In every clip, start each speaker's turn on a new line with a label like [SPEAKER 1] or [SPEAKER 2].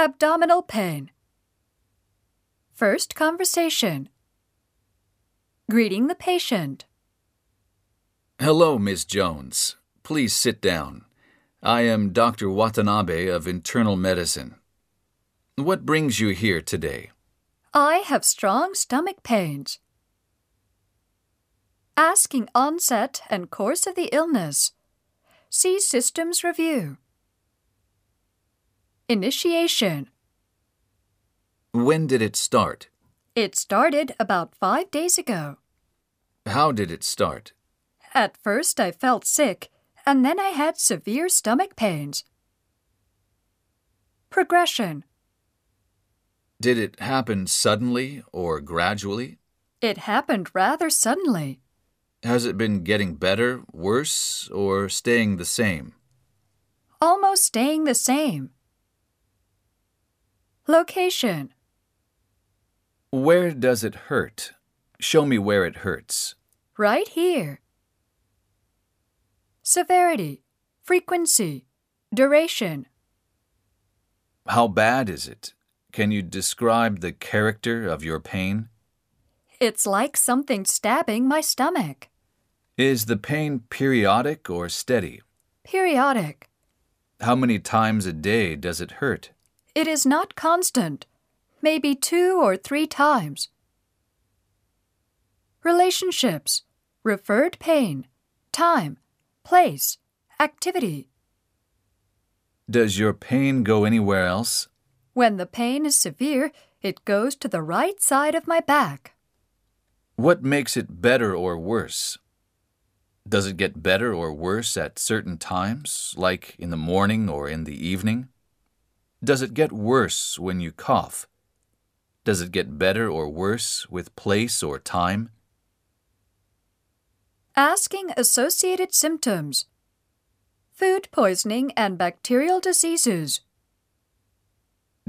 [SPEAKER 1] Abdominal pain. First conversation. Greeting the patient.
[SPEAKER 2] Hello, Miss Jones. Please sit down. I am Dr. Watanabe of Internal Medicine. What brings you here today?
[SPEAKER 1] I have strong stomach pains. Asking onset and course of the illness. See systems review. Initiation.
[SPEAKER 2] When did it start?
[SPEAKER 1] It started about five days ago.
[SPEAKER 2] How did it start?
[SPEAKER 1] At first, I felt sick, and then I had severe stomach pains. Progression.
[SPEAKER 2] Did it happen suddenly or gradually?
[SPEAKER 1] It happened rather suddenly.
[SPEAKER 2] Has it been getting better, worse, or staying the same?
[SPEAKER 1] almost staying the same. Location
[SPEAKER 2] Where does it hurt? Show me where it hurts.
[SPEAKER 1] right here. Severity, frequency, duration.
[SPEAKER 2] How bad is it? Can you describe the character of your pain?
[SPEAKER 1] It's like something stabbing my stomach.
[SPEAKER 2] Is the pain periodic or steady?
[SPEAKER 1] Periodic.
[SPEAKER 2] How many times a day does it hurt?
[SPEAKER 1] It is not constant, maybe two or three times. Relationships, referred pain, time, place, activity.
[SPEAKER 2] Does your pain go anywhere else?
[SPEAKER 1] When the pain is severe, it goes to the right side of my back.
[SPEAKER 2] What makes it better or worse? Does it get better or worse at certain times, like in the morning or in the evening? Does it get worse when you cough? Does it get better or worse with place or time?
[SPEAKER 1] Asking associated symptoms food poisoning and bacterial diseases.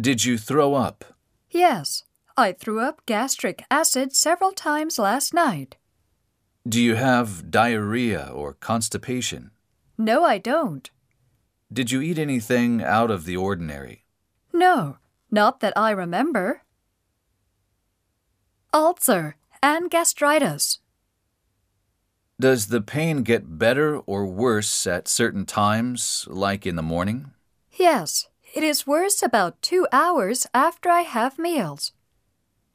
[SPEAKER 2] Did you throw up?
[SPEAKER 1] Yes, I threw up gastric acid several times last night.
[SPEAKER 2] Do you have diarrhea or constipation?
[SPEAKER 1] No, I don't.
[SPEAKER 2] Did you eat anything out of the ordinary?
[SPEAKER 1] No, not that I remember. Ulcer and gastritis.
[SPEAKER 2] Does the pain get better or worse at certain times, like in the morning?
[SPEAKER 1] Yes, it is worse about two hours after I have meals.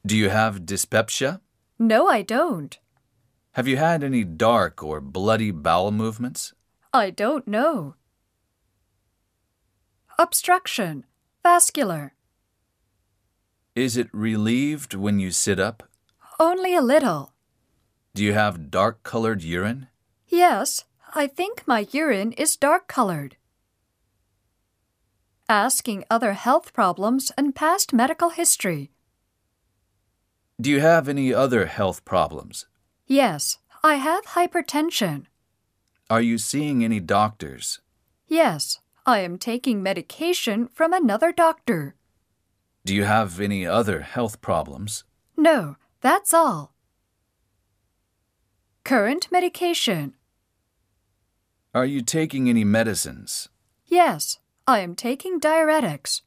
[SPEAKER 2] Do you have dyspepsia?
[SPEAKER 1] No, I don't.
[SPEAKER 2] Have you had any dark or bloody bowel movements?
[SPEAKER 1] I don't know. Obstruction, vascular,
[SPEAKER 2] Is it relieved when you sit up?
[SPEAKER 1] only a little.
[SPEAKER 2] Do you have dark colored urine?
[SPEAKER 1] Yes, I think my urine is dark colored. Asking other health problems and past medical history.
[SPEAKER 2] Do you have any other health problems?
[SPEAKER 1] Yes, I have hypertension.
[SPEAKER 2] Are you seeing any doctors?
[SPEAKER 1] Yes, I am taking medication from another doctor.
[SPEAKER 2] Do you have any other health problems?
[SPEAKER 1] No, that's all. Current medication.
[SPEAKER 2] Are you taking any medicines?
[SPEAKER 1] Yes, I am taking diuretics.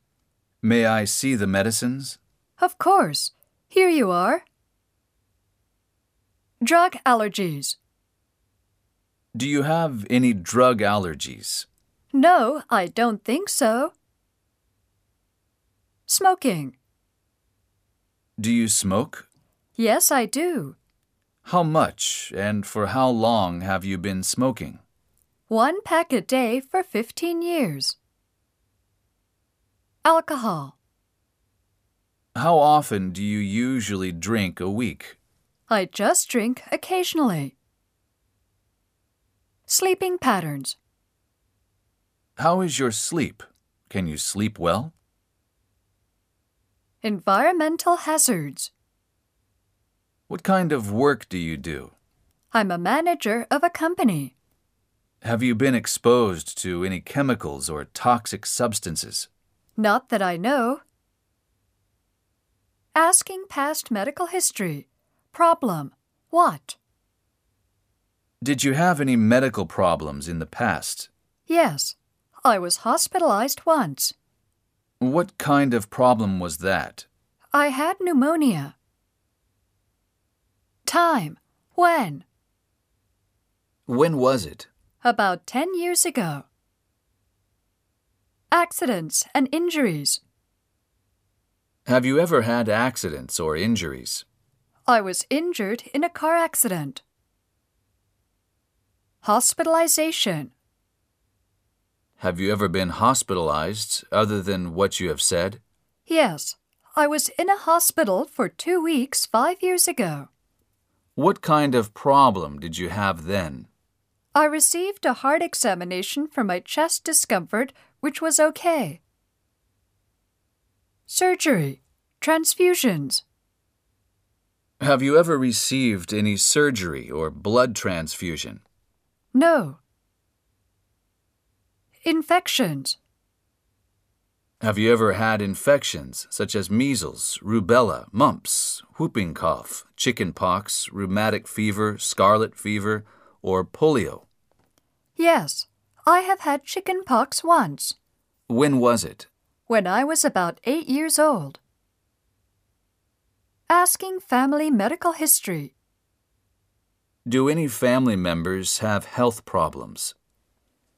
[SPEAKER 2] May I see the medicines?
[SPEAKER 1] Of course. Here you are. Drug allergies.
[SPEAKER 2] Do you have any drug allergies?
[SPEAKER 1] No, I don't think so. Smoking.
[SPEAKER 2] Do you smoke?
[SPEAKER 1] Yes, I do.
[SPEAKER 2] How much and for how long have you been smoking?
[SPEAKER 1] One pack a day for 15 years. Alcohol.
[SPEAKER 2] How often do you usually drink a week?
[SPEAKER 1] I just drink occasionally. Sleeping patterns.
[SPEAKER 2] How is your sleep? Can you sleep well?
[SPEAKER 1] Environmental hazards.
[SPEAKER 2] What kind of work do you do?
[SPEAKER 1] I'm a manager of a company.
[SPEAKER 2] Have you been exposed to any chemicals or toxic substances?
[SPEAKER 1] Not that I know. Asking past medical history. Problem. What?
[SPEAKER 2] Did you have any medical problems in the past?
[SPEAKER 1] Yes. I was hospitalized once.
[SPEAKER 2] What kind of problem was that?
[SPEAKER 1] I had pneumonia. Time. When?
[SPEAKER 2] When was it?
[SPEAKER 1] About 10 years ago. Accidents and injuries.
[SPEAKER 2] Have you ever had accidents or injuries?
[SPEAKER 1] I was injured in a car accident. Hospitalization.
[SPEAKER 2] Have you ever been hospitalized other than what you have said?
[SPEAKER 1] Yes, I was in a hospital for two weeks five years ago.
[SPEAKER 2] What kind of problem did you have then?
[SPEAKER 1] I received a heart examination for my chest discomfort, which was okay. Surgery, transfusions.
[SPEAKER 2] Have you ever received any surgery or blood transfusion?
[SPEAKER 1] No. Infections.
[SPEAKER 2] Have you ever had infections such as measles, rubella, mumps, whooping cough, chicken pox, rheumatic fever, scarlet fever, or polio?
[SPEAKER 1] Yes, I have had chicken pox once,
[SPEAKER 2] When was it?
[SPEAKER 1] when I was about eight years old. Asking family medical history.
[SPEAKER 2] Do any family members have health problems?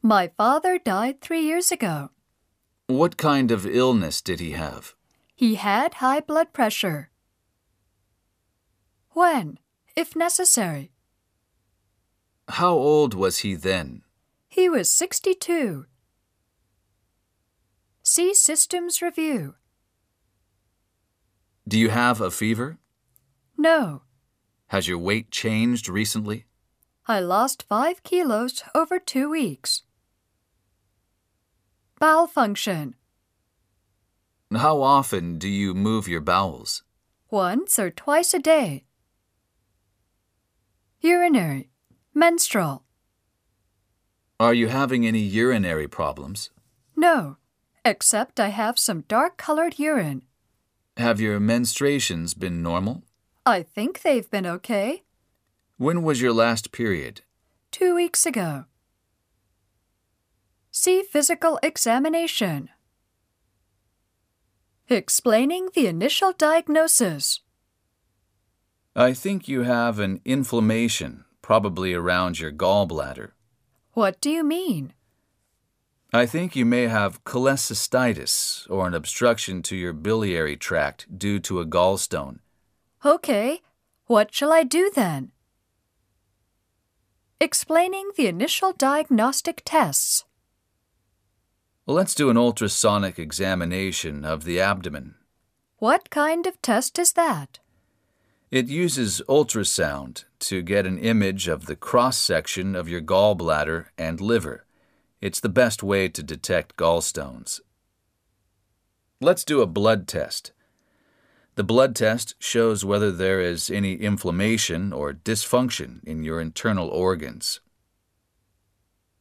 [SPEAKER 1] My father died three years ago.
[SPEAKER 2] What kind of illness did he have?
[SPEAKER 1] He had high blood pressure. When, if necessary,
[SPEAKER 2] How old was he then?
[SPEAKER 1] he was 62. See Systems Review.
[SPEAKER 2] Do you have a fever?
[SPEAKER 1] No,
[SPEAKER 2] Has your weight changed recently?
[SPEAKER 1] I lost 5 kilos over 2 weeks. Bowel function.
[SPEAKER 2] How often do you move your bowels?
[SPEAKER 1] once or twice a day. Urinary, menstrual,
[SPEAKER 2] Are you having any urinary problems?
[SPEAKER 1] no, except I have some dark colored urine.
[SPEAKER 2] Have your menstruations been normal?
[SPEAKER 1] I think they've been okay.
[SPEAKER 2] When was your last period?
[SPEAKER 1] Two weeks ago. See physical examination. Explaining the initial diagnosis.
[SPEAKER 2] I think you have an inflammation, probably around your gallbladder.
[SPEAKER 1] What do you mean?
[SPEAKER 2] I think you may have cholecystitis or an obstruction to your biliary tract due to a gallstone.
[SPEAKER 1] Okay, what shall I do then? Explaining the initial diagnostic tests.
[SPEAKER 2] Let's do an ultrasonic examination of the abdomen.
[SPEAKER 1] What kind of test is that?
[SPEAKER 2] It uses ultrasound to get an image of the cross section of your gallbladder and liver. It's the best way to detect gallstones. Let's do a blood test. The blood test shows whether there is any inflammation or dysfunction in your internal organs.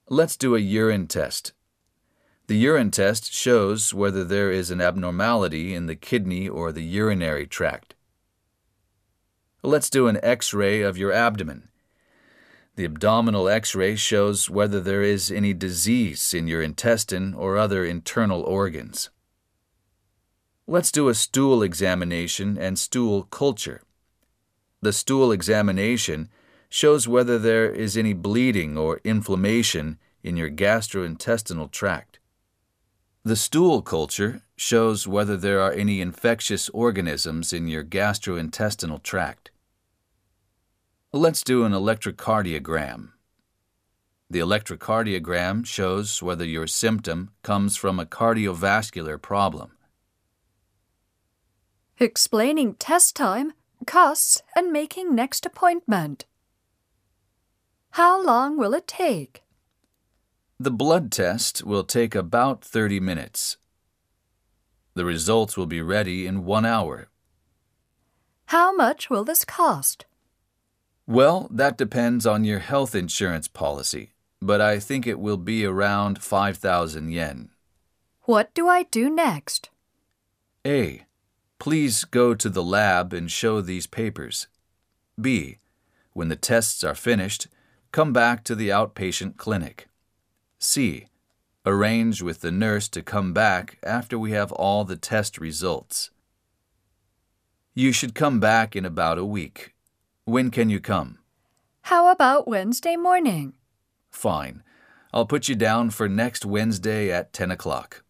[SPEAKER 2] Let's do a urine test. The urine test shows whether there is an abnormality in the kidney or the urinary tract. Let's do an x ray of your abdomen. The abdominal x ray shows whether there is any disease in your intestine or other internal organs. Let's do a stool examination and stool culture. The stool examination shows whether there is any bleeding or inflammation in your gastrointestinal tract. The stool culture shows whether there are any infectious organisms in your gastrointestinal tract. Let's do an electrocardiogram. The electrocardiogram shows whether your symptom comes from a cardiovascular problem.
[SPEAKER 1] Explaining test time, costs, and making next appointment. How long will it take?
[SPEAKER 2] The blood test will take about 30 minutes. The results will be ready in one hour.
[SPEAKER 1] How much will this cost?
[SPEAKER 2] Well, that depends on your health insurance policy, but I think it will be around 5,000 yen.
[SPEAKER 1] What do I do next?
[SPEAKER 2] A. Please go to the lab and show these papers. B. When the tests are finished, come back to the outpatient clinic. C. Arrange with the nurse to come back after we have all the test results. You should come back in about a week. When can you come?
[SPEAKER 1] How about Wednesday morning?
[SPEAKER 2] Fine. I'll put you down for next Wednesday at 10 o'clock.